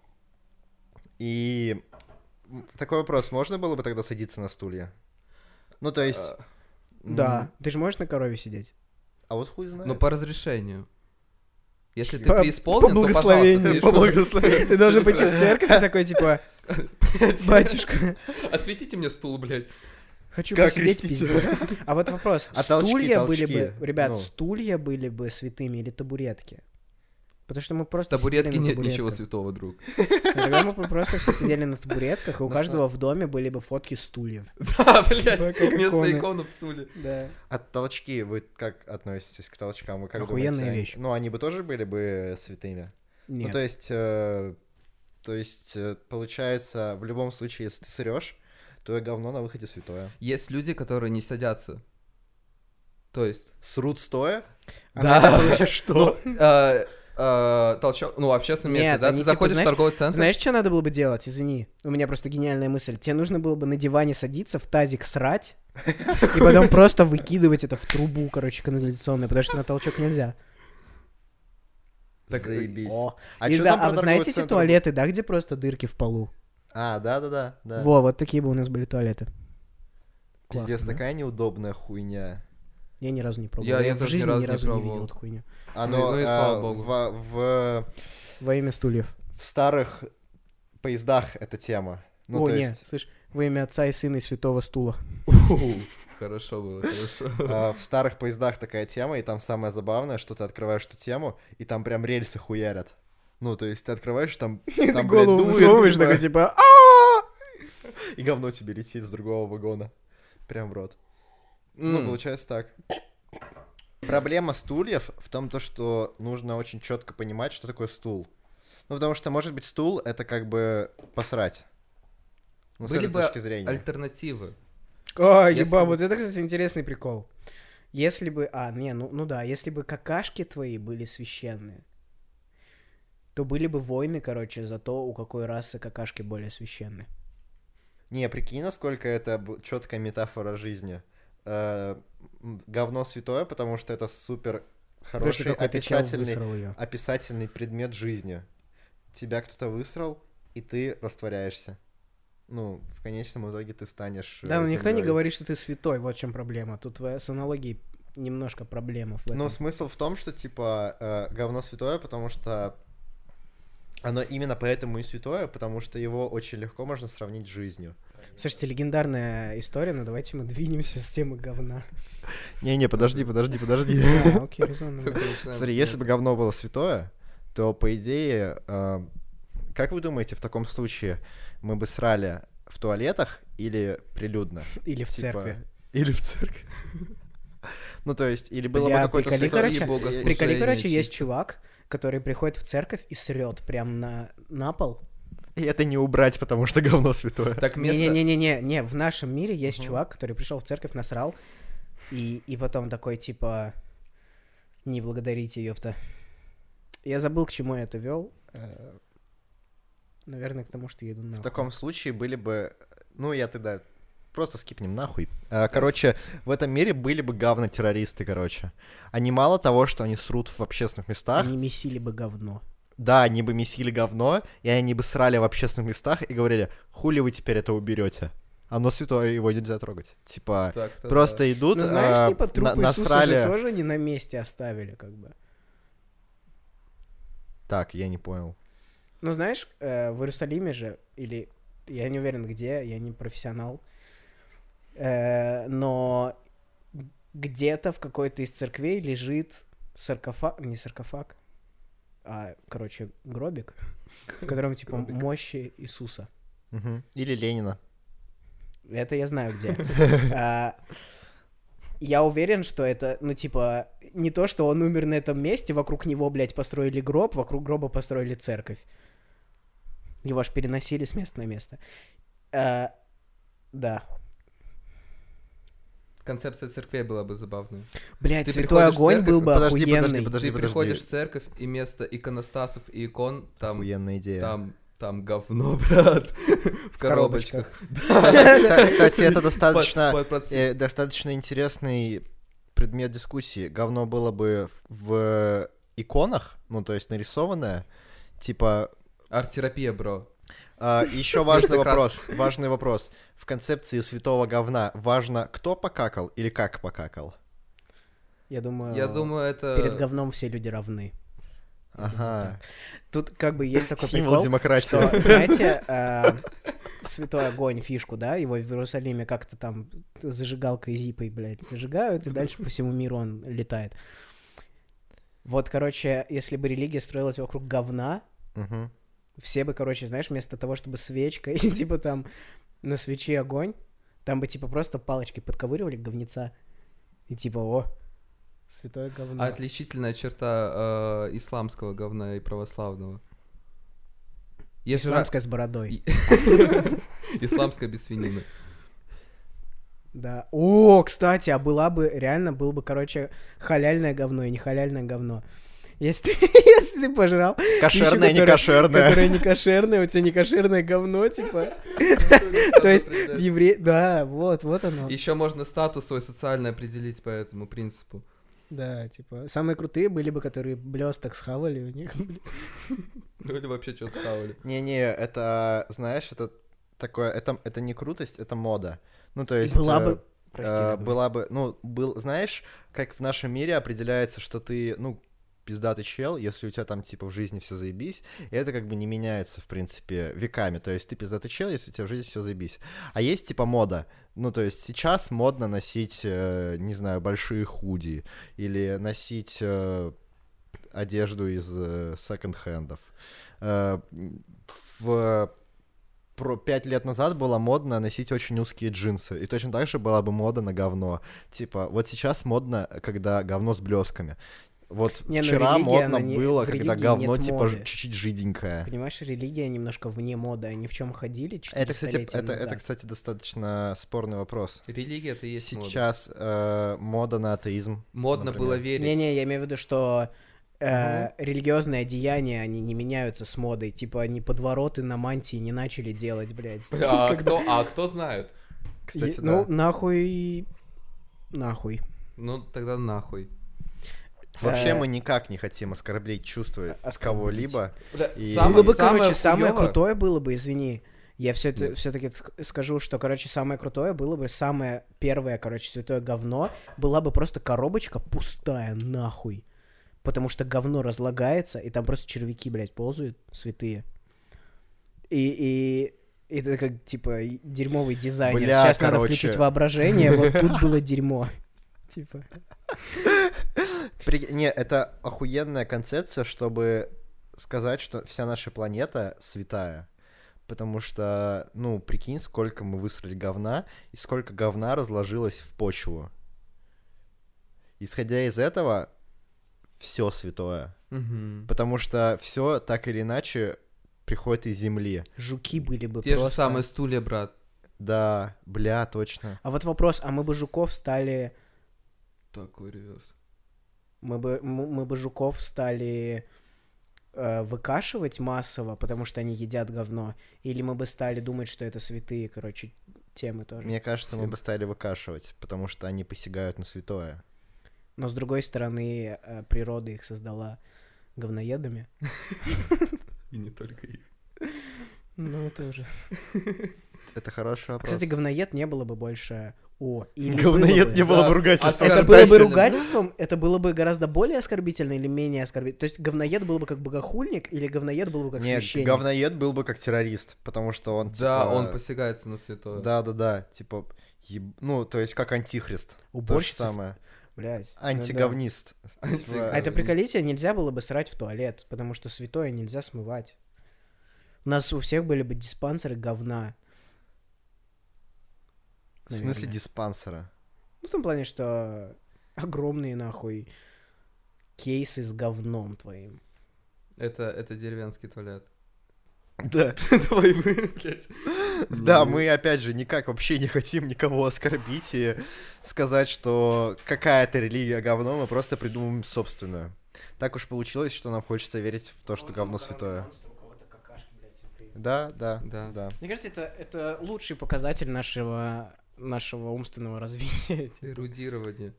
[SPEAKER 1] И м, такой вопрос, можно было бы тогда садиться на стулья? Ну, то есть...
[SPEAKER 2] А,
[SPEAKER 1] м,
[SPEAKER 3] А, Да. Ты же можешь на корове сидеть?
[SPEAKER 1] А вот хуй знает.
[SPEAKER 2] Но ну, по разрешению. Если ты
[SPEAKER 3] По-
[SPEAKER 2] преисполнен,
[SPEAKER 3] по
[SPEAKER 2] то, пожалуйста,
[SPEAKER 3] благословению,
[SPEAKER 1] По
[SPEAKER 2] видишь,
[SPEAKER 3] [laughs]
[SPEAKER 1] благословению.
[SPEAKER 3] Ты должен пойти в церковь и такой, [laughs] типа, [laughs] батюшка,
[SPEAKER 2] [laughs] Осветите мне стул, блядь.
[SPEAKER 3] хочу
[SPEAKER 1] Как
[SPEAKER 3] посидеть
[SPEAKER 1] крестить
[SPEAKER 3] пиздец».
[SPEAKER 1] [laughs]
[SPEAKER 3] А вот вопрос,
[SPEAKER 1] А толчки,
[SPEAKER 3] стулья были бы,
[SPEAKER 1] толчки, ну.
[SPEAKER 3] ребят, стулья были бы святыми или табуретки? Потому что
[SPEAKER 2] В
[SPEAKER 3] мы просто
[SPEAKER 2] табуретке
[SPEAKER 3] сидели на
[SPEAKER 2] нет ничего
[SPEAKER 3] табуретках.
[SPEAKER 2] святого,
[SPEAKER 3] [laughs]
[SPEAKER 2] друг. [laughs]
[SPEAKER 3] Ну, Тогда мы бы просто все сидели
[SPEAKER 1] [laughs]
[SPEAKER 3] на табуретках, и у
[SPEAKER 1] На
[SPEAKER 3] каждого в доме были бы фотки стульев.
[SPEAKER 2] Да, блядь,
[SPEAKER 3] Типа, как
[SPEAKER 2] вместо
[SPEAKER 3] иконы.
[SPEAKER 2] иконы в стуле.
[SPEAKER 3] Да.
[SPEAKER 1] А толчки, вы как относитесь к толчкам? Вы как
[SPEAKER 3] Охуенная
[SPEAKER 1] думаете, они-
[SPEAKER 3] вещь.
[SPEAKER 1] Ну, они бы тоже были бы святыми? Ну, то
[SPEAKER 3] Нет.
[SPEAKER 1] есть... э, То есть, э, получается, в любом случае, если ты срешь, то говно на выходе святое.
[SPEAKER 2] Есть люди, которые не садятся. То есть... [laughs]
[SPEAKER 1] Срут стоя?
[SPEAKER 2] Да.
[SPEAKER 1] Что?
[SPEAKER 2] э, э, Толчок, ну, в общественном месте,
[SPEAKER 3] Нет,
[SPEAKER 2] да?
[SPEAKER 3] они
[SPEAKER 2] Ты
[SPEAKER 3] типа,
[SPEAKER 2] заходишь в
[SPEAKER 3] знаешь-
[SPEAKER 2] торговый центр.
[SPEAKER 3] Знаешь, что надо было бы делать? Извини, у меня просто гениальная мысль. Тебе нужно было бы на диване садиться, в тазик срать,
[SPEAKER 2] [laughs]
[SPEAKER 3] и потом просто выкидывать это в трубу, короче, канализационную, потому что на толчок нельзя.
[SPEAKER 1] Так, Заебись.
[SPEAKER 3] О.
[SPEAKER 1] А
[SPEAKER 3] И
[SPEAKER 1] чё
[SPEAKER 3] за-
[SPEAKER 1] там
[SPEAKER 3] а
[SPEAKER 1] про
[SPEAKER 3] вы
[SPEAKER 1] торговый
[SPEAKER 3] знаете эти
[SPEAKER 1] центр?
[SPEAKER 3] туалеты, да, где просто дырки в полу?
[SPEAKER 1] А, да-да-да. да.
[SPEAKER 3] Во, вот такие бы у нас были туалеты. Классно,
[SPEAKER 1] Пиздец,
[SPEAKER 3] да?
[SPEAKER 1] такая неудобная хуйня.
[SPEAKER 3] Я ни разу не пробовал.
[SPEAKER 2] Я- я
[SPEAKER 3] в
[SPEAKER 2] тоже ни
[SPEAKER 3] жизни
[SPEAKER 2] разу
[SPEAKER 3] ни
[SPEAKER 2] не
[SPEAKER 3] разу не
[SPEAKER 2] пробовал.
[SPEAKER 3] видел эту хуйню.
[SPEAKER 1] Оно
[SPEAKER 2] ну и
[SPEAKER 1] э,
[SPEAKER 2] слава богу.
[SPEAKER 1] В, в-
[SPEAKER 3] Во имя стульев.
[SPEAKER 1] в старых поездах эта тема. Ну,
[SPEAKER 3] О,
[SPEAKER 1] то
[SPEAKER 3] нет,
[SPEAKER 1] есть
[SPEAKER 3] слышь, во имя отца и сына и святого стула. [laughs]
[SPEAKER 2] Хорошо было, хорошо.
[SPEAKER 1] э, в старых поездах такая тема, и там самое забавное, что ты открываешь эту тему, и там прям рельсы хуярят. Ну, то есть ты открываешь,
[SPEAKER 2] [laughs]
[SPEAKER 1] там,
[SPEAKER 3] И
[SPEAKER 1] там, блядь, дует, типа,
[SPEAKER 3] типа,
[SPEAKER 1] и говно тебе летит с другого вагона. Прям в рот. Ну,
[SPEAKER 2] М.
[SPEAKER 1] получается так. Проблема стульев в том, то, что нужно очень четко понимать, что такое стул. Ну, потому что, может быть, стул это как бы посрать. Ну, с
[SPEAKER 2] Были
[SPEAKER 1] этой
[SPEAKER 2] бы
[SPEAKER 1] точки зрения.
[SPEAKER 2] Альтернативы.
[SPEAKER 3] А,
[SPEAKER 2] Если
[SPEAKER 3] еба,
[SPEAKER 2] бы-
[SPEAKER 3] вот это, кстати, интересный прикол. Если бы... А, не, ну, ну да, если бы какашки твои были священные, то были бы войны, короче, за то, у какой расы какашки более священны.
[SPEAKER 1] Не, прикинь, насколько это четкая метафора жизни. Э, м, говно святое, потому что это супер
[SPEAKER 3] Потому что
[SPEAKER 1] хороший
[SPEAKER 3] какой-то чел
[SPEAKER 1] описательный, а,
[SPEAKER 3] высрал ее.
[SPEAKER 1] описательный предмет жизни. Тебя кто-то высрал, и ты растворяешься. Ну, в конечном итоге ты станешь... э,
[SPEAKER 3] Да, но никто не
[SPEAKER 1] землёй.
[SPEAKER 3] говорит, что ты святой, вот в чем проблема. Тут э, с аналогией немножко проблема в этом.
[SPEAKER 1] Но смысл в том, что, типа, э, говно святое, потому что оно именно поэтому и святое, потому что его очень легко можно сравнить с жизнью.
[SPEAKER 3] Слушайте, легендарная история, но давайте мы двинемся с темы говна.
[SPEAKER 1] Не-не, подожди, подожди, подожди.
[SPEAKER 3] [laughs] Да, окей, резонно. Ну,
[SPEAKER 2] Типа
[SPEAKER 1] [laughs]
[SPEAKER 3] да.
[SPEAKER 1] Смотри, если бы говно было святое, то, по идее, э, как вы думаете, в таком случае мы бы срали в туалетах или прилюдно?
[SPEAKER 3] Или в
[SPEAKER 1] Типа,
[SPEAKER 3] церкви.
[SPEAKER 1] Или в церкви. [laughs] Ну, то есть, или было бы
[SPEAKER 3] Бля,
[SPEAKER 1] какое-то
[SPEAKER 3] приколи,
[SPEAKER 1] святое-
[SPEAKER 2] короче,
[SPEAKER 1] Богослужение,
[SPEAKER 3] Приколи, короче,
[SPEAKER 2] чисто.
[SPEAKER 3] есть чувак, который приходит в церковь и срет прям на, на пол.
[SPEAKER 1] И это не убрать, потому что говно святое.
[SPEAKER 2] Так место...
[SPEAKER 3] Не-не-не-не, не, в нашем мире есть
[SPEAKER 2] Мгм.
[SPEAKER 3] чувак, который пришел в церковь, насрал, и, и потом такой, типа, не благодарите, ёпта. Я забыл, к чему я это вел. Наверное, к тому, что я иду на.
[SPEAKER 1] В таком случае были бы... Ну, я тогда... Просто скипнем нахуй. А, Короче, в этом мире были бы говно-террористы, короче. Они мало того, что они срут в общественных местах,
[SPEAKER 3] Они месили бы говно.
[SPEAKER 1] да, они бы месили говно, и они бы срали в общественных местах и говорили, хули вы теперь это уберете? Оно святое, его нельзя трогать. Типа,
[SPEAKER 2] Так-то
[SPEAKER 1] просто
[SPEAKER 2] да.
[SPEAKER 1] идут,
[SPEAKER 3] Ну, знаешь,
[SPEAKER 1] а,
[SPEAKER 3] типа,
[SPEAKER 1] на-
[SPEAKER 3] трупы Иисуса
[SPEAKER 1] насрали...
[SPEAKER 3] же тоже не на месте оставили, как бы.
[SPEAKER 1] Так, я не понял.
[SPEAKER 3] Ну, знаешь, э, в Иерусалиме же, или я не уверен, где, я не профессионал, э, но где-то в какой-то из церквей лежит саркофаг, не саркофаг, а, короче, гробик, в котором, типа,
[SPEAKER 2] Гробик.
[SPEAKER 3] мощи Иисуса.
[SPEAKER 1] Мгм. Или Ленина.
[SPEAKER 3] Это я знаю
[SPEAKER 2] [laughs]
[SPEAKER 3] где. А, Я уверен, что это, ну, типа, не то, что он умер на этом месте, вокруг него, блядь, построили гроб, вокруг гроба построили церковь. Его аж переносили с места на место. А, Да.
[SPEAKER 2] Концепция церквей была бы забавной.
[SPEAKER 3] Блядь,
[SPEAKER 2] Ты
[SPEAKER 3] святой
[SPEAKER 2] приходишь в
[SPEAKER 3] огонь
[SPEAKER 2] церковь-
[SPEAKER 3] был бы
[SPEAKER 1] Подожди, подожди,
[SPEAKER 3] охуенный.
[SPEAKER 1] подожди,
[SPEAKER 2] Ты
[SPEAKER 1] подожди.
[SPEAKER 2] приходишь в церковь, и вместо иконостасов и икон там...
[SPEAKER 1] Охуенная идея.
[SPEAKER 2] Там, там говно, [laughs] брат, в коробочках.
[SPEAKER 1] Кстати, кстати, кстати, это достаточно...
[SPEAKER 2] Под- под- под-
[SPEAKER 1] Э, достаточно интересный предмет дискуссии. Говно было бы в, в иконах, ну, то есть нарисованное. Типа,
[SPEAKER 2] Арт-терапия, бро.
[SPEAKER 1] еще важный
[SPEAKER 2] Вместо крас.
[SPEAKER 1] вопрос, важный вопрос. В концепции святого говна важно, кто покакал или как покакал.
[SPEAKER 3] Я думаю,
[SPEAKER 2] Я думаю, это...
[SPEAKER 3] а, перед говном все люди равны.
[SPEAKER 1] Ага.
[SPEAKER 3] Тут как бы
[SPEAKER 2] [laughs]
[SPEAKER 3] есть такой
[SPEAKER 1] Символ
[SPEAKER 3] прикол,
[SPEAKER 1] демократии.
[SPEAKER 3] что, знаете, э, святой огонь фишку, да, его в Иерусалиме как-то там зажигалкой зипой, блядь, зажигают, и дальше по всему миру он летает. Вот, короче, если бы религия строилась вокруг говна,
[SPEAKER 1] [laughs] Мгм.
[SPEAKER 3] все бы, короче, знаешь, вместо того, чтобы свечка и [laughs] типа там на свече огонь, там бы типа просто палочки подковыривали говнеца и типа, о, святое говно.
[SPEAKER 2] Отличительная черта э, исламского говна и православного. Если ра-
[SPEAKER 3] Исламская с бородой.
[SPEAKER 2] [laughs] Исламская без свинины.
[SPEAKER 3] Да. О, кстати, а была бы, реально был бы, короче, халяльное говно и не халяльное говно. Если, [laughs] если ты пожрал,
[SPEAKER 1] Кошерное, не
[SPEAKER 3] которая-
[SPEAKER 1] кошерное.
[SPEAKER 3] которое не кошерное, у тебя не кошерное говно, типа. То есть в евре... Да, вот, вот оно.
[SPEAKER 2] Еще можно статус свой социальный определить по этому принципу.
[SPEAKER 3] Да, типа, самые крутые были бы, которые блесток схавали у них.
[SPEAKER 2] Ну или вообще что-то ставили.
[SPEAKER 1] Не-не, это, знаешь, это такое, это, это не крутость, это мода. Ну, то есть...
[SPEAKER 3] Была
[SPEAKER 1] э,
[SPEAKER 3] бы... Прости,
[SPEAKER 1] э,
[SPEAKER 3] да,
[SPEAKER 1] была бы, ну, был, знаешь, как в нашем мире определяется, что ты, ну, пиздатый чел, если у тебя там, типа, в жизни все заебись, и это как бы не меняется, в принципе, веками, то есть ты пиздатый чел, если у тебя в жизни все заебись. А есть, типа, мода, ну, то есть сейчас модно носить, э, не знаю, большие худи, или носить э, одежду из э, секонд-хендов. Э, в про пять лет назад было модно носить очень узкие джинсы. И точно так же была бы мода на говно. Типа, вот сейчас модно, когда говно с блесками. Вот
[SPEAKER 3] Не, ну
[SPEAKER 1] вчера
[SPEAKER 3] религия,
[SPEAKER 1] модно
[SPEAKER 3] она не-
[SPEAKER 1] было,
[SPEAKER 3] в
[SPEAKER 1] когда
[SPEAKER 3] религии
[SPEAKER 1] говно
[SPEAKER 3] нет
[SPEAKER 1] типа
[SPEAKER 3] моды.
[SPEAKER 1] ж- чуть-чуть жиденькое.
[SPEAKER 3] Понимаешь, религия немножко вне моды, они в чем ходили четыре
[SPEAKER 1] Это, кстати,
[SPEAKER 3] столетия
[SPEAKER 1] это, это,
[SPEAKER 3] назад.
[SPEAKER 1] кстати, достаточно спорный вопрос.
[SPEAKER 2] Религия это и есть мода.
[SPEAKER 1] Сейчас э, мода на атеизм.
[SPEAKER 2] Модно
[SPEAKER 1] например.
[SPEAKER 2] было верить.
[SPEAKER 3] Не-не, я имею в виду, что э, религиозные одеяния, они не меняются с модой. Типа, они подвороты на мантии не начали делать, блядь.
[SPEAKER 2] [laughs]
[SPEAKER 1] [laughs]
[SPEAKER 2] А,
[SPEAKER 3] Когда-
[SPEAKER 2] кто, а кто знает?
[SPEAKER 1] Кстати, да.
[SPEAKER 3] Е- Ну, нахуй... Нахуй.
[SPEAKER 2] Ну, тогда нахуй.
[SPEAKER 1] Вообще
[SPEAKER 3] э,
[SPEAKER 1] мы никак не хотим оскорблять чувства
[SPEAKER 3] оскорбить.
[SPEAKER 1] кого-либо.
[SPEAKER 2] Бля,
[SPEAKER 1] И-
[SPEAKER 3] Ну
[SPEAKER 1] Самое-
[SPEAKER 3] бы, короче, самое
[SPEAKER 2] хуёвое-
[SPEAKER 3] крутое было бы, извини. Я все это все-таки скажу, что, короче, самое крутое было бы, самое первое, короче, святое говно, была бы просто коробочка пустая, нахуй. Потому что говно разлагается, и там просто червяки, блядь, ползают, святые. И, и, и это как, типа, и- дерьмовый дизайнер.
[SPEAKER 1] Бля,
[SPEAKER 3] Сейчас надо
[SPEAKER 1] короче.
[SPEAKER 3] включить воображение, вот тут было дерьмо. Типа.
[SPEAKER 1] При- Не, это охуенная концепция, чтобы сказать, что вся наша планета святая. Потому что, ну, прикинь, сколько мы высрали говна и сколько говна разложилось в почву. Исходя из этого, все святое.
[SPEAKER 2] Мгм.
[SPEAKER 1] Потому что все так или иначе приходит из земли.
[SPEAKER 3] Жуки были бы
[SPEAKER 2] Те же
[SPEAKER 3] просто.
[SPEAKER 2] самые стулья, брат.
[SPEAKER 1] Да, бля, точно.
[SPEAKER 3] А вот вопрос, а мы бы жуков стали...
[SPEAKER 2] Такой реверс.
[SPEAKER 3] Мы бы, м- мы бы жуков стали э, выкашивать массово, потому что они едят говно. Или мы бы стали думать, что это святые, короче, темы тоже.
[SPEAKER 1] Мне кажется, мы
[SPEAKER 2] Всем.
[SPEAKER 1] бы стали выкашивать, потому что они посягают на святое.
[SPEAKER 3] Но с другой стороны, э, природа их создала говноедами.
[SPEAKER 2] И не только их.
[SPEAKER 3] Ну, это уже.
[SPEAKER 1] Это хороший вопрос.
[SPEAKER 3] А, Кстати, говноед не было бы больше. О, или было
[SPEAKER 1] Говноед
[SPEAKER 3] бы. А
[SPEAKER 1] не было
[SPEAKER 2] Да.
[SPEAKER 1] бы ругательством.
[SPEAKER 2] Ответ
[SPEAKER 3] Это было бы
[SPEAKER 2] Оскорбительным.
[SPEAKER 3] ругательством, это было бы гораздо более оскорбительно или менее оскорбительно. То есть говноед был бы как богохульник, или говноед был бы как
[SPEAKER 1] Нет,
[SPEAKER 3] священник.
[SPEAKER 1] говноед был бы как террорист, потому что он,
[SPEAKER 2] Да,
[SPEAKER 1] типа,
[SPEAKER 2] он посягается на святое. [laughs]
[SPEAKER 1] Да, да, да, типа... еб- Ну, то есть как антихрист. То же
[SPEAKER 3] Уборщица.
[SPEAKER 1] самое.
[SPEAKER 3] Блядь. ну да.
[SPEAKER 1] Антиговнист. типа-
[SPEAKER 2] Антиговнист.
[SPEAKER 3] А это приколите, нельзя было бы срать в туалет, потому что святое нельзя смывать. У нас у всех были бы диспансеры говна.
[SPEAKER 1] В смысле
[SPEAKER 3] Наверное.
[SPEAKER 1] диспансера.
[SPEAKER 3] Ну, в том плане, что огромные, нахуй, кейсы с говном твоим.
[SPEAKER 2] Это, это деревенский туалет.
[SPEAKER 1] Да.
[SPEAKER 2] [laughs] Давай вы, блядь. Ну.
[SPEAKER 1] Да,
[SPEAKER 2] Не.
[SPEAKER 1] мы, опять же, никак вообще не хотим никого оскорбить и сказать, что какая-то религия говно, мы просто придумываем собственную. Так уж получилось, что нам хочется верить в то, что говно святое. Да, да,
[SPEAKER 2] Да.
[SPEAKER 1] да.
[SPEAKER 3] Мне кажется, это, это лучший показатель нашего, нашего умственного развития, [laughs]
[SPEAKER 2] Эрудирование.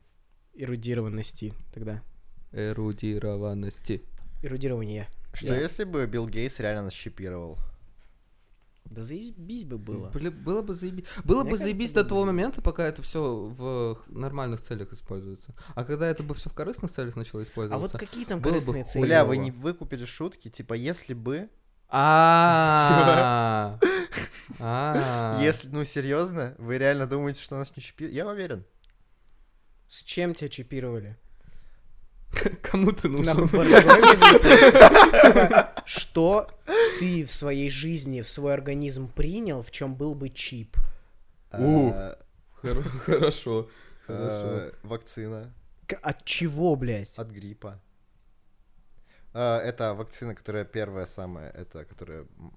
[SPEAKER 3] эрудированности тогда.
[SPEAKER 2] Эрудированности.
[SPEAKER 3] Эрудирование.
[SPEAKER 1] Что
[SPEAKER 2] Я-
[SPEAKER 1] если бы Билл Гейтс реально нас чипировал?
[SPEAKER 3] Да заебись бы было.
[SPEAKER 2] Бля, было бы заебись. Было
[SPEAKER 3] Мне
[SPEAKER 2] бы
[SPEAKER 3] кажется,
[SPEAKER 2] заебись
[SPEAKER 3] было
[SPEAKER 2] до
[SPEAKER 3] бы
[SPEAKER 2] того
[SPEAKER 3] заебись.
[SPEAKER 2] момента, пока это все в х- нормальных целях используется. А когда это бы все в корыстных целях начало
[SPEAKER 3] А вот
[SPEAKER 2] использоваться.
[SPEAKER 3] какие там
[SPEAKER 2] Было бы
[SPEAKER 3] корыстные цели?
[SPEAKER 2] хуёво.
[SPEAKER 1] Бля, вы не выкупили шутки, типа, если бы...
[SPEAKER 2] А А.
[SPEAKER 1] Если, ну, серьезно, вы реально думаете, что нас не чипируют? Я уверен.
[SPEAKER 3] С чем тебя чипировали?
[SPEAKER 2] Кому ты
[SPEAKER 3] Нахуй
[SPEAKER 2] нужен?
[SPEAKER 3] боржоми влепил. Типа, Что ты в своей жизни, в свой организм принял, в чем был бы чип?
[SPEAKER 2] У.
[SPEAKER 1] А,
[SPEAKER 2] Хоро- Хорошо. Хорошо.
[SPEAKER 1] э, Вакцина
[SPEAKER 3] К- От чего, блядь?
[SPEAKER 1] от гриппа. А, Это вакцина, которая первая самая, это которая м,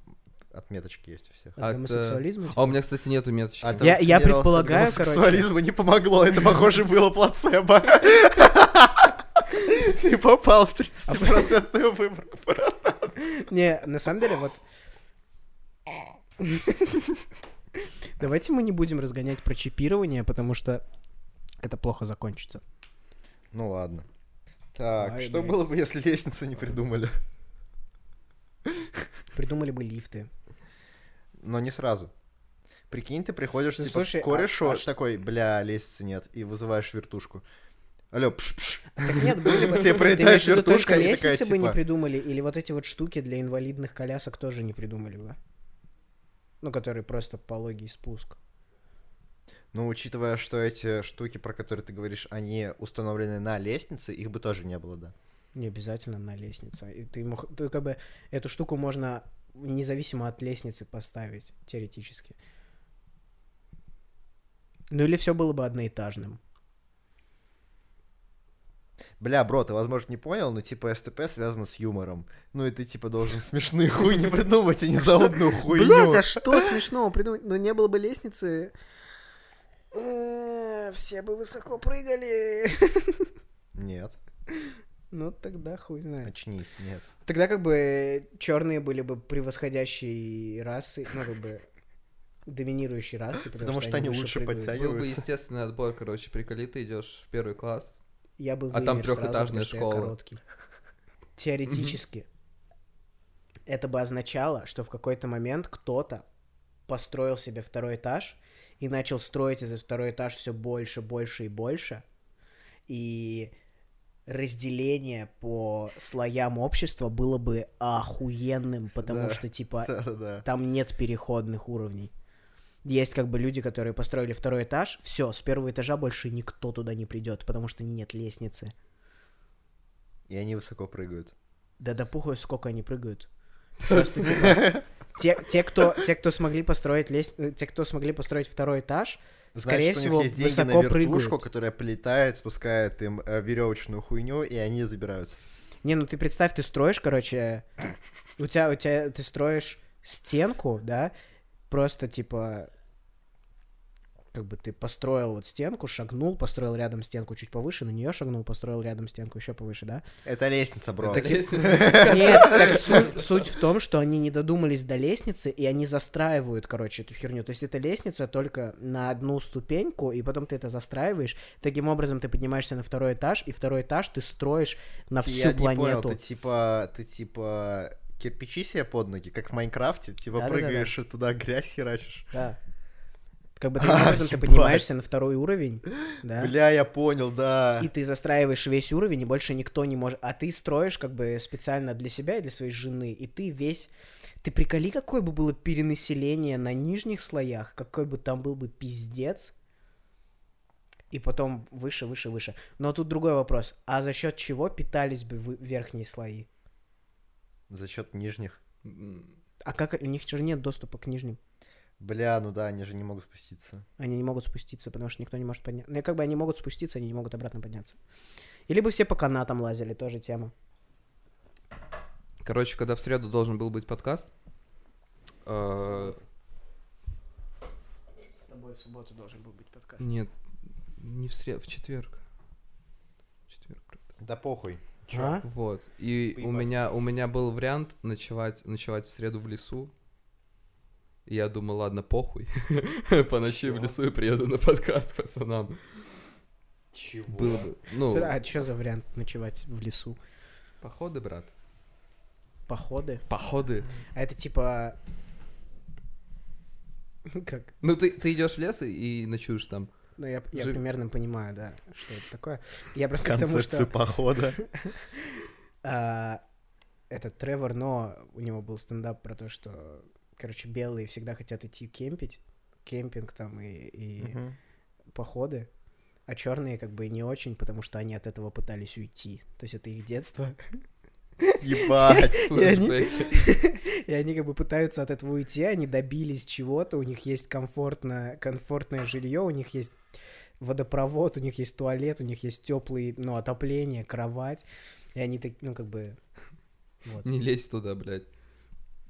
[SPEAKER 1] отметочки есть у всех.
[SPEAKER 3] От
[SPEAKER 2] От, э,
[SPEAKER 3] гомосексуализма?
[SPEAKER 2] А у
[SPEAKER 3] типа?
[SPEAKER 2] меня, кстати, нету меточки.
[SPEAKER 1] А ты
[SPEAKER 3] Я-
[SPEAKER 1] вакцинировался
[SPEAKER 3] я
[SPEAKER 1] от
[SPEAKER 3] предполагаю,
[SPEAKER 1] гомосексуализма, не помогло, это, похоже, было
[SPEAKER 3] [laughs]
[SPEAKER 1] плацебо. Ты попал в
[SPEAKER 3] А,
[SPEAKER 1] 30% выборку.
[SPEAKER 3] Не, на самом деле, вот... Давайте мы не будем разгонять про чипирование, потому что это плохо закончится.
[SPEAKER 1] Ну ладно. Так,
[SPEAKER 3] Ай,
[SPEAKER 1] что
[SPEAKER 3] блядь.
[SPEAKER 1] было бы, если лестницу не придумали?
[SPEAKER 3] Придумали бы лифты.
[SPEAKER 1] но не сразу. Прикинь, ты приходишь,
[SPEAKER 3] Ну,
[SPEAKER 1] типа,
[SPEAKER 3] слушай,
[SPEAKER 1] к
[SPEAKER 3] а-
[SPEAKER 1] корешу,
[SPEAKER 3] а ш-
[SPEAKER 1] такой, бля, лестницы нет, и вызываешь вертушку. Алло, пш пш
[SPEAKER 3] Так нет, были бы...
[SPEAKER 1] Тебе
[SPEAKER 3] Ты имеешь
[SPEAKER 1] прилетает
[SPEAKER 3] в виду,
[SPEAKER 1] вертушка
[SPEAKER 3] только
[SPEAKER 1] и такая,
[SPEAKER 3] лестницы бы не
[SPEAKER 1] типа-
[SPEAKER 3] придумали, или вот эти вот штуки для инвалидных колясок тоже не придумали бы? Ну, которые просто пологий спуск.
[SPEAKER 1] Но Ну, учитывая, что эти штуки, про которые ты говоришь, они установлены на лестнице, их бы тоже не было, да.
[SPEAKER 3] Не обязательно на лестнице. И ты, мог- ты как бы эту штуку можно независимо от лестницы поставить, теоретически. Ну или все было бы одноэтажным.
[SPEAKER 1] Бля, бро, ты, возможно, не понял, но типа СТП связано с юмором. Ну и ты типа
[SPEAKER 3] [laughs]
[SPEAKER 1] должен смешные хуйни придумывать, а не заудную хуйню.
[SPEAKER 3] Блять, а что смешного придумать? Ну не было бы лестницы. Э, Все бы высоко прыгали.
[SPEAKER 1] Нет,
[SPEAKER 3] Ну тогда хуй знает.
[SPEAKER 1] очнись,
[SPEAKER 3] [laughs]
[SPEAKER 1] нет.
[SPEAKER 3] Тогда как бы черные были бы превосходящей расы, ну как бы доминирующей расы, потому,
[SPEAKER 1] Потому что они лучше
[SPEAKER 3] прыгают.
[SPEAKER 1] подтягивают.
[SPEAKER 2] Был бы
[SPEAKER 1] Оказывается.
[SPEAKER 2] естественный отбор, короче, приколи, ты идешь в первый класс.
[SPEAKER 3] Я бы
[SPEAKER 2] А там
[SPEAKER 3] вымер сразу,
[SPEAKER 2] трёхэтажная
[SPEAKER 3] потому что я
[SPEAKER 2] школа.
[SPEAKER 3] короткий. Теоретически это бы означало, что в какой-то момент кто-то построил себе второй этаж и начал строить этот второй этаж все больше, больше и больше. И разделение по слоям общества было бы охуенным, потому
[SPEAKER 1] Да.
[SPEAKER 3] что типа
[SPEAKER 1] Да-да-да.
[SPEAKER 3] там нет переходных уровней. Есть как бы люди, которые построили второй этаж, все, с первого этажа больше никто туда не придет, потому что нет лестницы.
[SPEAKER 1] И они высоко прыгают.
[SPEAKER 3] Да да похуй, сколько они прыгают. Просто типа, те, те, кто, те, кто смогли построить лест... э, те, кто смогли построить второй этаж, скорее
[SPEAKER 1] Знаешь, что у
[SPEAKER 3] всего,
[SPEAKER 1] них есть деньги на
[SPEAKER 3] высоко
[SPEAKER 1] вертушку,
[SPEAKER 3] прыгают.
[SPEAKER 1] которая полетает, спускает им э, веревочную хуйню, и они забираются.
[SPEAKER 3] Не, ну ты представь, ты строишь, короче, у тебя, у тебя, ты строишь стенку, да, просто типа, как бы ты построил вот стенку, шагнул, построил рядом стенку чуть повыше, на нее шагнул, построил рядом стенку еще повыше, да?
[SPEAKER 1] Это лестница, бро.
[SPEAKER 2] Это лестница.
[SPEAKER 3] Нет, так суть, суть в том, что они не додумались до лестницы, и они застраивают, короче, эту херню. То есть это лестница только на одну ступеньку, и потом ты это застраиваешь. Таким образом ты поднимаешься на второй этаж, и второй этаж ты строишь на всю
[SPEAKER 1] Я не понял,
[SPEAKER 3] планету.
[SPEAKER 1] ты типа, ты типа кирпичи себе под ноги, как в Майнкрафте, типа
[SPEAKER 3] Да-да-да-да.
[SPEAKER 1] прыгаешь и туда грязь херачишь.
[SPEAKER 3] Да. Как
[SPEAKER 1] [laughs]
[SPEAKER 3] бы таким
[SPEAKER 1] А,
[SPEAKER 3] образом ты
[SPEAKER 1] ебать.
[SPEAKER 3] поднимаешься на второй уровень, да,
[SPEAKER 1] Бля, я понял, да.
[SPEAKER 3] и ты застраиваешь весь уровень, и больше никто не может. А ты строишь как бы специально для себя и для своей жены, и ты весь... Ты приколи, какое бы было перенаселение на нижних слоях, какой бы там был бы пиздец, и потом выше, выше, выше. Но тут другой вопрос. А за счет чего питались бы вы- верхние слои?
[SPEAKER 1] За счет нижних.
[SPEAKER 2] М,
[SPEAKER 3] А как у них же нет доступа к нижним?
[SPEAKER 1] Бля, ну да, они же не могут спуститься.
[SPEAKER 3] Они не могут спуститься, потому что никто не может подняться. Ну, и как бы они могут спуститься, они не могут обратно подняться. Или бы все по канатам лазили, тоже тема.
[SPEAKER 2] Короче, когда в среду должен был быть подкаст, э,
[SPEAKER 3] С тобой в субботу должен был быть подкаст.
[SPEAKER 2] нет, не в среду, в четверг. В четверг.
[SPEAKER 1] Да похуй.
[SPEAKER 3] А?
[SPEAKER 2] Вот. И у
[SPEAKER 1] Поебать.
[SPEAKER 2] меня, у меня был вариант ночевать, ночевать в среду в лесу. И я думал, ладно, похуй. [laughs] Поночую в
[SPEAKER 1] Чё?
[SPEAKER 2] лесу и приеду на подкаст [laughs] пацанам.
[SPEAKER 1] Чего?
[SPEAKER 3] [laughs]
[SPEAKER 2] Было бы. Ну,
[SPEAKER 3] А что за вариант ночевать в лесу?
[SPEAKER 2] походы, брат.
[SPEAKER 3] Походы?
[SPEAKER 2] Походы.
[SPEAKER 3] А это типа... [laughs] Ну, Как?
[SPEAKER 2] Ну, ты, ты идешь в лес и, и ночуешь
[SPEAKER 3] [laughs]
[SPEAKER 2] там.
[SPEAKER 3] Ну, я, я
[SPEAKER 2] Жи-
[SPEAKER 3] примерно понимаю, да, что это такое. Я просто к тому,
[SPEAKER 1] Концепцию
[SPEAKER 3] что...
[SPEAKER 1] похода.
[SPEAKER 3] а, этот Тревор, но у него был стендап про то, что, короче, белые всегда хотят идти кемпить. Кемпинг там и... [laughs] и...
[SPEAKER 1] Мгм.
[SPEAKER 3] походы, а черные как бы не очень, потому что они от этого пытались уйти. То есть это их детство. [laughs]
[SPEAKER 1] Ебать.
[SPEAKER 2] Флешбеки.
[SPEAKER 3] И они как бы пытаются от этого уйти, они добились чего-то, у них есть комфортно, комфортное жилье, у них есть водопровод, у них есть туалет, у них есть теплые, ну, отопление, кровать. И они так, ну, как бы... Вот.
[SPEAKER 2] Не лезь туда, блядь.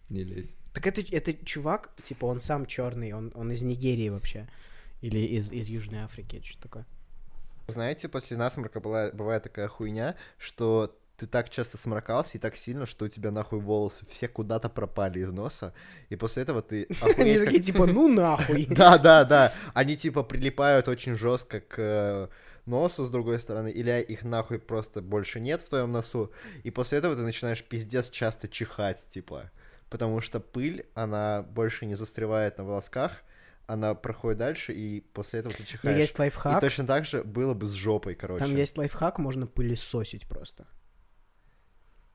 [SPEAKER 2] Не лезь.
[SPEAKER 3] Так это, это чувак, типа, он сам черный, он, он из Нигерии вообще. Или из, из Южной Африки, что такое.
[SPEAKER 1] Знаете, после насморка была, бывает такая хуйня, что ты так часто сморкался и так сильно, что у тебя нахуй волосы все куда-то пропали из носа, и после этого ты
[SPEAKER 3] [laughs] Они
[SPEAKER 1] охуеть как
[SPEAKER 3] такие, типа,
[SPEAKER 1] [laughs]
[SPEAKER 3] ну нахуй. [laughs]
[SPEAKER 1] Да, да, да. Они типа прилипают очень жестко к э, носу с другой стороны, или их нахуй просто больше нет в твоем носу. И после этого ты начинаешь пиздец часто чихать, типа. Потому что пыль, она больше не застревает на волосках, она проходит дальше, и после этого ты
[SPEAKER 3] Но
[SPEAKER 1] чихаешь.
[SPEAKER 3] есть
[SPEAKER 1] И
[SPEAKER 3] лайфхак.
[SPEAKER 1] точно так же было бы с жопой, короче.
[SPEAKER 3] Там есть лайфхак, можно пылесосить просто.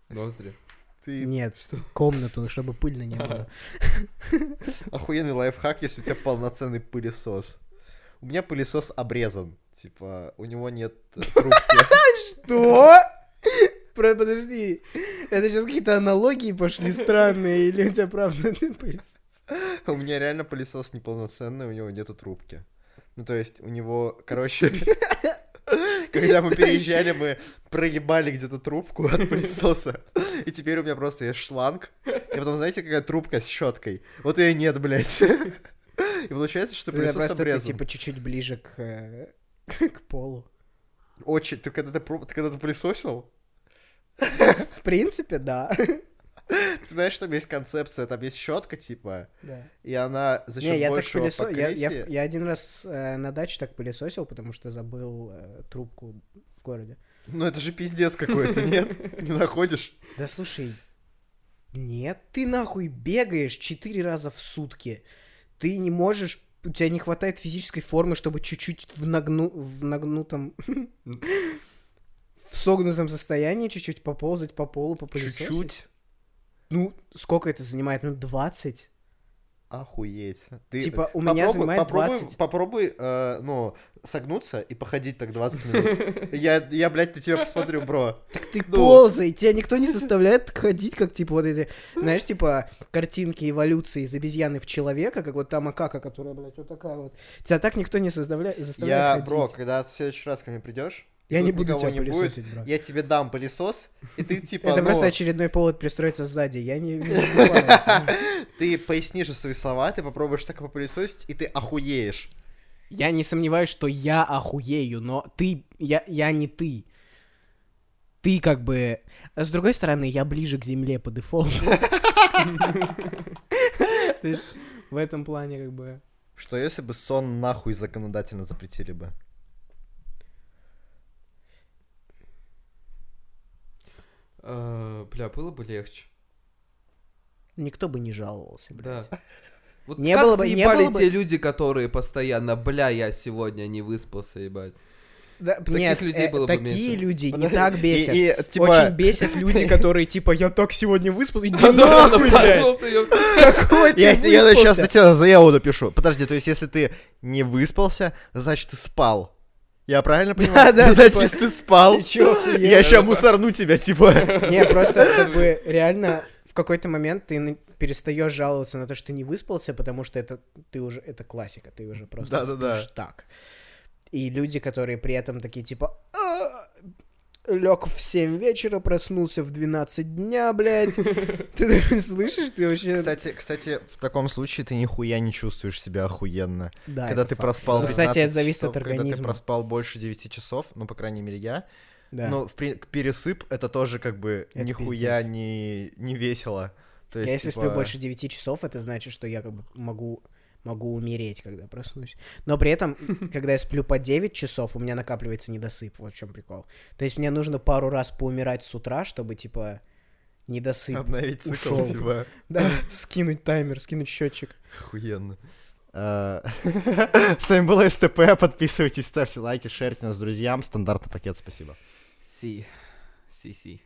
[SPEAKER 2] Ноздри.
[SPEAKER 1] Ты
[SPEAKER 3] Нет, комнату, чтобы пыльно не
[SPEAKER 1] [laughs]
[SPEAKER 3] было.
[SPEAKER 1] охуенный лайфхак, если у тебя полноценный пылесос. У меня пылесос обрезан. Типа, у него нет
[SPEAKER 3] [laughs]
[SPEAKER 1] э, трубки.
[SPEAKER 3] Что? Про- Подожди, это сейчас какие-то аналогии пошли странные, или у тебя правда пылесос?
[SPEAKER 1] [laughs] У меня реально пылесос неполноценный, у него нету трубки. Ну, то есть, у него, короче... [laughs] Когда
[SPEAKER 3] [laughs]
[SPEAKER 1] мы переезжали, мы проебали где-то трубку от пылесоса. И теперь у меня просто есть шланг. И потом, знаете, какая трубка с щеткой? Вот ее нет, блядь. [laughs] И получается, что
[SPEAKER 3] Ну, да,
[SPEAKER 1] пылесос
[SPEAKER 3] Просто ты,
[SPEAKER 1] обрезан.
[SPEAKER 3] типа, чуть-чуть ближе к э, [laughs] к полу.
[SPEAKER 1] Очень. Ты когда-то проб- ты когда-то пылесосил?
[SPEAKER 3] В принципе, да.
[SPEAKER 1] [laughs] Ты знаешь, там есть концепция, там есть щетка, типа,
[SPEAKER 3] Да.
[SPEAKER 1] и она за счет
[SPEAKER 3] Не, я так
[SPEAKER 1] большего
[SPEAKER 3] пылесо- я- я в-
[SPEAKER 1] покрытия-
[SPEAKER 3] Я один раз э, на даче так пылесосил, потому что забыл э, трубку в городе.
[SPEAKER 1] Ну это же пиздец
[SPEAKER 3] [laughs]
[SPEAKER 1] какой-то, нет? Не находишь?
[SPEAKER 3] Да слушай, нет, ты нахуй бегаешь четыре раза в сутки. Ты не можешь, у тебя не хватает физической формы, чтобы чуть-чуть в, нагну, в нагнутом, в согнутом состоянии чуть-чуть поползать по полу, попылесосить.
[SPEAKER 1] Чуть-чуть.
[SPEAKER 3] Ну, сколько это занимает? Ну, 20?
[SPEAKER 1] Охуеть. Ты
[SPEAKER 3] Типа, у меня занимает
[SPEAKER 1] попробуй,
[SPEAKER 3] 20.
[SPEAKER 1] Попробуй, э, ну, согнуться и походить так 20 минут. Я, я блядь, на тебя посмотрю, бро.
[SPEAKER 3] Так ты
[SPEAKER 1] Ну.
[SPEAKER 3] ползай, тебя никто не заставляет так ходить, как, типа, вот эти, знаешь, типа, картинки эволюции из обезьяны в человека, как вот та макака, которая, блядь, вот такая вот. Тебя так никто не заставляет, заставляет
[SPEAKER 1] Я,
[SPEAKER 3] ходить.
[SPEAKER 1] бро, когда в следующий раз ко мне придешь, и
[SPEAKER 3] Я
[SPEAKER 1] тут
[SPEAKER 3] не буду
[SPEAKER 1] никого
[SPEAKER 3] тебя
[SPEAKER 1] не будет,
[SPEAKER 3] пылесосить, брат.
[SPEAKER 1] я тебе дам пылесос, и ты типа,
[SPEAKER 3] Это
[SPEAKER 1] ну,
[SPEAKER 3] просто очередной повод пристроиться сзади.
[SPEAKER 1] [laughs]
[SPEAKER 3] Я не... не-
[SPEAKER 1] ты пояснишь свои слова, ты попробуешь так попылесосить, и ты охуеешь.
[SPEAKER 3] Я не сомневаюсь, что я охуею, но ты... Я, я не ты. Ты как бы... А с другой стороны, я ближе к земле по дефолту.
[SPEAKER 1] [laughs]
[SPEAKER 3] То есть В этом плане как бы...
[SPEAKER 1] Что если бы сон нахуй законодательно запретили бы?
[SPEAKER 2] Э, Бля, было бы легче.
[SPEAKER 3] Никто бы не жаловался, блядь.
[SPEAKER 2] Да. Вот
[SPEAKER 3] Не
[SPEAKER 2] как
[SPEAKER 3] было бы- не
[SPEAKER 2] заебали
[SPEAKER 3] было бы-
[SPEAKER 2] те люди, которые постоянно, бля, я сегодня не выспался, ебать. таких
[SPEAKER 3] Нет,
[SPEAKER 2] людей
[SPEAKER 3] э,
[SPEAKER 2] было бы
[SPEAKER 3] такие
[SPEAKER 2] меньше.
[SPEAKER 3] люди не так бесят.
[SPEAKER 1] И, и, типа,
[SPEAKER 3] Очень
[SPEAKER 1] [laughs]
[SPEAKER 3] бесят люди, которые типа, я так сегодня выспался, иди
[SPEAKER 2] Да,
[SPEAKER 3] нахуй, блядь,
[SPEAKER 2] пошел ты, ёб-
[SPEAKER 3] какой ты
[SPEAKER 1] Я, я сейчас
[SPEAKER 3] выспался?»
[SPEAKER 1] на тебя заяву напишу. Подожди, то есть если ты не выспался, значит ты спал. Я правильно понимаю?
[SPEAKER 3] да,
[SPEAKER 1] Значит,
[SPEAKER 3] типа,
[SPEAKER 1] если ты спал,
[SPEAKER 3] «Ты чё, охуел?»
[SPEAKER 1] я сейчас мусорну тебя,
[SPEAKER 3] [laughs]
[SPEAKER 1] типа. [laughs]
[SPEAKER 3] Не, просто как бы реально в какой-то момент ты на- перестаешь жаловаться на то, что ты не выспался, потому что это ты уже это классика, ты уже просто
[SPEAKER 1] Да-да-да.
[SPEAKER 3] спишь так. И люди, которые при этом такие типа лег в 7 вечера, проснулся в 12 дня,
[SPEAKER 1] [laughs]
[SPEAKER 3] блядь. Ты такой слышишь, ты вообще...
[SPEAKER 1] Кстати, кстати, в таком случае ты нихуя не чувствуешь себя охуенно.
[SPEAKER 3] Да,
[SPEAKER 1] когда
[SPEAKER 3] это
[SPEAKER 1] ты
[SPEAKER 3] факт.
[SPEAKER 1] проспал
[SPEAKER 3] Ну, кстати,
[SPEAKER 1] 15
[SPEAKER 3] это зависит
[SPEAKER 1] часов,
[SPEAKER 3] от
[SPEAKER 1] Когда ты
[SPEAKER 3] организма.
[SPEAKER 1] проспал больше 9 часов, ну, по крайней мере, я.
[SPEAKER 3] Да.
[SPEAKER 1] Но в при- пересып это тоже как бы
[SPEAKER 3] Это
[SPEAKER 1] нихуя
[SPEAKER 3] пиздец.
[SPEAKER 1] не, не весело. То есть,
[SPEAKER 3] я если сплю
[SPEAKER 1] типа,
[SPEAKER 3] больше 9 часов, это значит, что я как бы могу, могу умереть, когда проснусь. Но при
[SPEAKER 1] [laughs]
[SPEAKER 3] этом, когда я сплю по 9 часов, у меня накапливается недосып. Вот в чем прикол. То есть мне нужно пару раз поумирать с утра, чтобы типа недосып.
[SPEAKER 1] Обновить цикл,
[SPEAKER 3] ушёл.
[SPEAKER 1] типа.
[SPEAKER 3] Да, скинуть таймер, скинуть счетчик.
[SPEAKER 1] Охуенно. Э, [laughs] С вами был СТП. Подписывайтесь, ставьте лайки, шерьте нас с друзьям. Стандартный пакет, спасибо.
[SPEAKER 2] Си. Си-си.